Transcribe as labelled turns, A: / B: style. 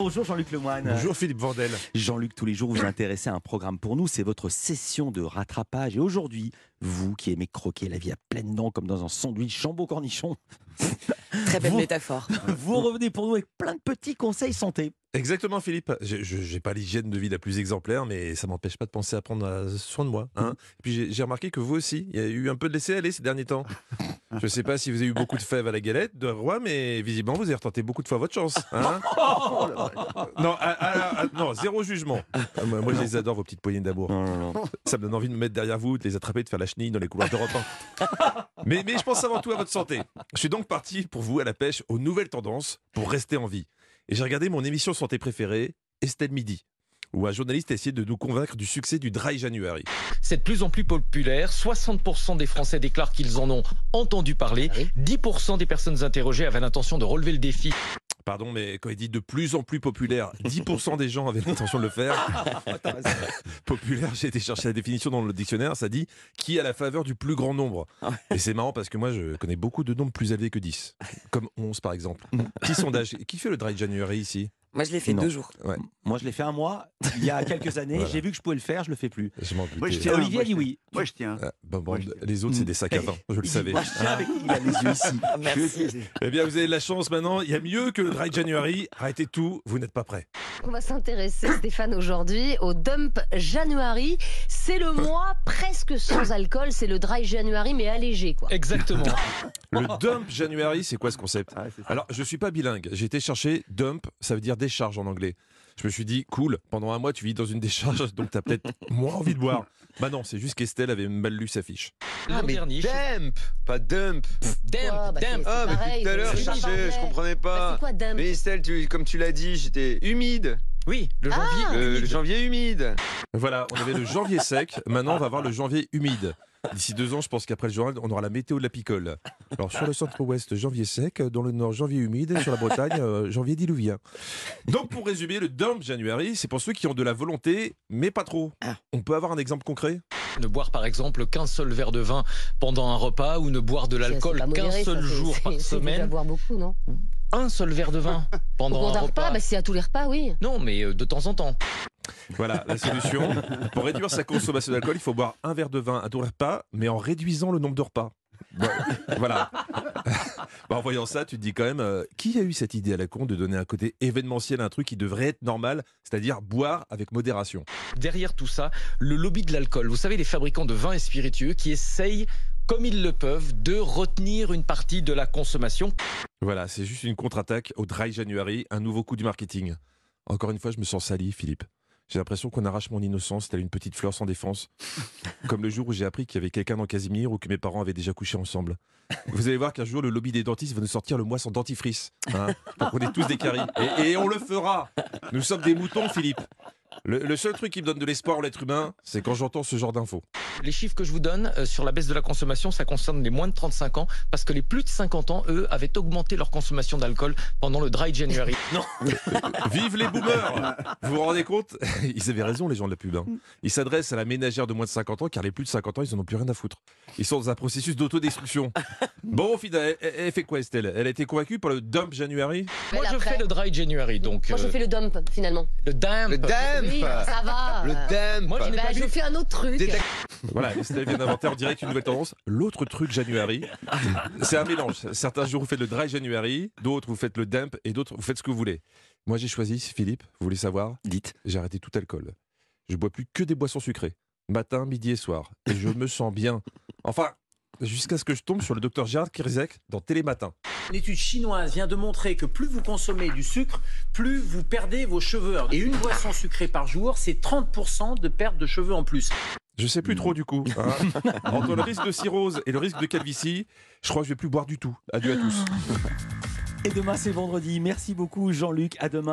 A: Bonjour Jean-Luc Lemoine.
B: Bonjour Philippe Vandel.
A: Jean-Luc, tous les jours, vous intéressez à un programme pour nous, c'est votre session de rattrapage. Et aujourd'hui, vous qui aimez croquer la vie à pleines dents comme dans un sandwich chambeau-cornichon,
C: Très belle
A: Vous-
C: métaphore.
A: vous revenez pour nous avec plein de petits conseils santé.
B: Exactement Philippe. J'ai- Je n'ai pas l'hygiène de vie la plus exemplaire, mais ça m'empêche pas de penser à prendre euh, soin de moi. hein. Et puis j'ai- j'ai remarqué que vous aussi, il y a eu un peu de laisser aller ces derniers temps. Je ne sais pas si vous avez eu beaucoup de fèves à la galette de roi, mais visiblement vous avez retenté beaucoup de fois votre chance. hein. non, ah, ah, ah, non, zéro jugement. Ah, Moi, moi, je les adore vos petites poignées d'amour. Ça me donne envie de me mettre derrière vous, de les attraper, de faire la chenille dans les couloirs d'Europe 1. mais, mais je pense avant tout à votre santé. Je suis donc parti pour vous à la pêche aux nouvelles tendances pour rester en vie. Et j'ai regardé mon émission santé préférée, Estelle Midi, où un journaliste a essayé de nous convaincre du succès du Dry January.
D: C'est de plus en plus populaire. 60% des Français déclarent qu'ils en ont entendu
E: Ah
D: parler. 10% des personnes interrogées avaient l'intention de relever le défi.
B: Pardon, mais quand il dit de plus en plus populaire, 10% des gens avaient l'intention de le faire.
F: Ah,
B: populaire, j'ai été chercher la définition dans le dictionnaire, ça dit qui à la faveur du plus grand nombre.
F: Ah
B: Et c'est marrant parce que moi, je connais beaucoup de nombres plus élevés que 10, comme 11 par exemple.
F: Mm.
B: Petit sondage, qui fait le Dry January ici
C: Moi, je l'ai fait
A: Non.
C: deux jours.
A: Moi, je l'ai fait un mois, il y a quelques années,
B: Voilà.
A: j'ai vu que je pouvais le faire, je le fais plus.
B: Je m'en doutais.
F: Moi, je
A: Et
F: tiens.
A: Olivier
F: moi,
A: a dit
F: je-
A: oui.
F: Moi, je tiens.
B: Ah, bon, bon, les autres, c'est des
F: Mm.
B: sacs à vin, je le savais.
A: Moi, je tiens avec- il a les yeux ici.
C: Merci.
B: Eh bien, vous avez de la chance maintenant. Il y a mieux que le Dry January. Arrêtez tout, vous n'êtes pas prêts.
E: On va s'intéresser, Stéphane, aujourd'hui au Dump January. C'est le mois presque sans alcool, c'est le Dry January, mais allégé, quoi.
D: Exactement.
B: Le Dump January, c'est quoi ce concept Alors, je suis pas bilingue. J'ai été chercher Dump, ça veut dire décharge en anglais. Je me suis dit, cool, pendant un mois, tu vis dans une décharge, donc t'as peut-être moins envie de boire. Bah non, c'est juste qu'Estelle avait mal lu sa fiche.
D: L'an dernier,
G: Ah, dump, pas dump.
D: Damn,
E: Ah, Quoi, bah,
D: damn.
E: c'est-
G: Ah,
E: c'est
G: mais
E: pareil,
G: tout à l'heure,
E: c'est
G: je,
E: pas
G: disais,
E: parfait.
G: je comprenais
E: Bah,
G: pas.
E: c'est quoi, Dump
G: Mais Estelle, tu- comme tu l'as dit, j'étais humide.
D: Oui, le janvier.
E: Ah.
G: Le, le
D: humide.
G: janvier humide.
B: Voilà, on avait le janvier sec, maintenant on va voir le janvier humide. D'ici deux ans, je pense qu'après le journal, on aura la météo de la picole. Alors sur le centre-ouest, janvier sec, dans le nord, janvier humide, sur la Bretagne, euh, janvier diluvien. Donc pour résumer, le dump January, c'est pour ceux qui ont de la volonté, mais pas trop. On peut avoir un exemple concret
D: Ne boire par exemple qu'un seul verre de vin pendant un repas ou ne boire de
E: C'est-
D: l'alcool
E: c'est pas
D: qu'un
E: modéré,
D: seul
E: ça, c'est-
D: jour
E: c'est-
D: par
E: c'est déjà
D: semaine.
E: boire beaucoup, non
D: Un seul verre de vin
E: Au
D: pendant
E: cours
D: un
E: d'un repas,
D: repas.
E: bah, c'est à tous les repas, oui.
D: Non, mais euh, de temps en temps.
B: Voilà, la solution. Pour réduire sa consommation d'alcool, il faut boire un verre de vin à tous les repas, mais en réduisant le nombre de repas. Bon, voilà. Bah, en voyant ça, tu te dis quand même, euh, qui a eu cette idée à la con de donner un côté événementiel à un truc qui devrait être normal, c'est-à-dire boire avec modération
D: derrière tout ça, le lobby de l'alcool. Vous savez, les fabricants de vins et spiritueux qui essayent, comme ils le peuvent, de retenir une partie de la consommation.
B: Voilà, c'est juste une contre-attaque au Dry January, un nouveau coup du marketing. Encore une fois, je me sens sali, Philippe. J'ai l'impression qu'on arrache mon innocence telle une petite fleur sans défense. Comme le jour où j'ai appris qu'il y avait quelqu'un dans Casimir ou que mes parents avaient déjà couché ensemble. Vous allez voir qu'un jour, le lobby des dentistes va nous sortir le mois sans dentifrice. hein. Donc on est tous des caries. Et, et on le fera Nous sommes des moutons, Philippe le, le seul truc qui me donne de l'espoir en l'être humain, c'est quand j'entends ce genre d'infos.
D: Les chiffres que je vous donne euh, sur la baisse de la consommation, ça concerne les moins de 35 ans, parce que les plus de 50 ans, eux, avaient augmenté leur consommation d'alcool pendant le Dry January.
B: Vive les boomers Vous vous rendez compte Ils avaient raison, les gens de la pub. hein. Ils s'adressent à la ménagère de moins de 50 ans, car les plus de 50 ans, ils n'en ont plus rien à foutre. Ils sont dans un processus d'autodestruction. Bon, Fida, elle, elle- elle fait quoi, Estelle Elle a été convaincue par le dump January
D: Moi,
E: Mais
D: je
E: après-
D: fais le Dry January, donc
E: Moi, je
D: euh,
E: fais le dump, finalement.
D: le damp.
G: Le dump.
E: Oui, ça va.
G: Le
E: euh,
G: dump.
D: Moi,
E: eh
D: je n'ai
E: ben,
D: pas
E: je
D: vu.
E: fais un autre truc.
G: Détecte-
B: Voilà, Estelle vient d'inventer en direct une nouvelle tendance. L'autre truc January, c'est un mélange. Certains jours, vous faites le dry January, d'autres, vous faites le dump, et d'autres, vous faites ce que vous voulez. Moi, j'ai choisi, Philippe, vous voulez savoir
A: Dites.
B: J'ai arrêté tout alcool. Je bois plus que des boissons sucrées. Matin, midi et soir. Et je me sens bien. Enfin, jusqu'à ce que je tombe sur le docteur Gérard Kirzek dans Télématin.
H: Une étude chinoise vient de montrer que plus vous consommez du sucre, plus vous perdez vos cheveux. Et une boisson sucrée par jour, c'est 30% de perte de cheveux en plus.
B: Je sais plus trop du coup. hein. Entre le risque de cirrhose et le risque de calvitie, je crois que je vais plus boire du tout. Adieu à tous.
A: Et demain, c'est vendredi. Merci beaucoup, Jean-Luc. À demain.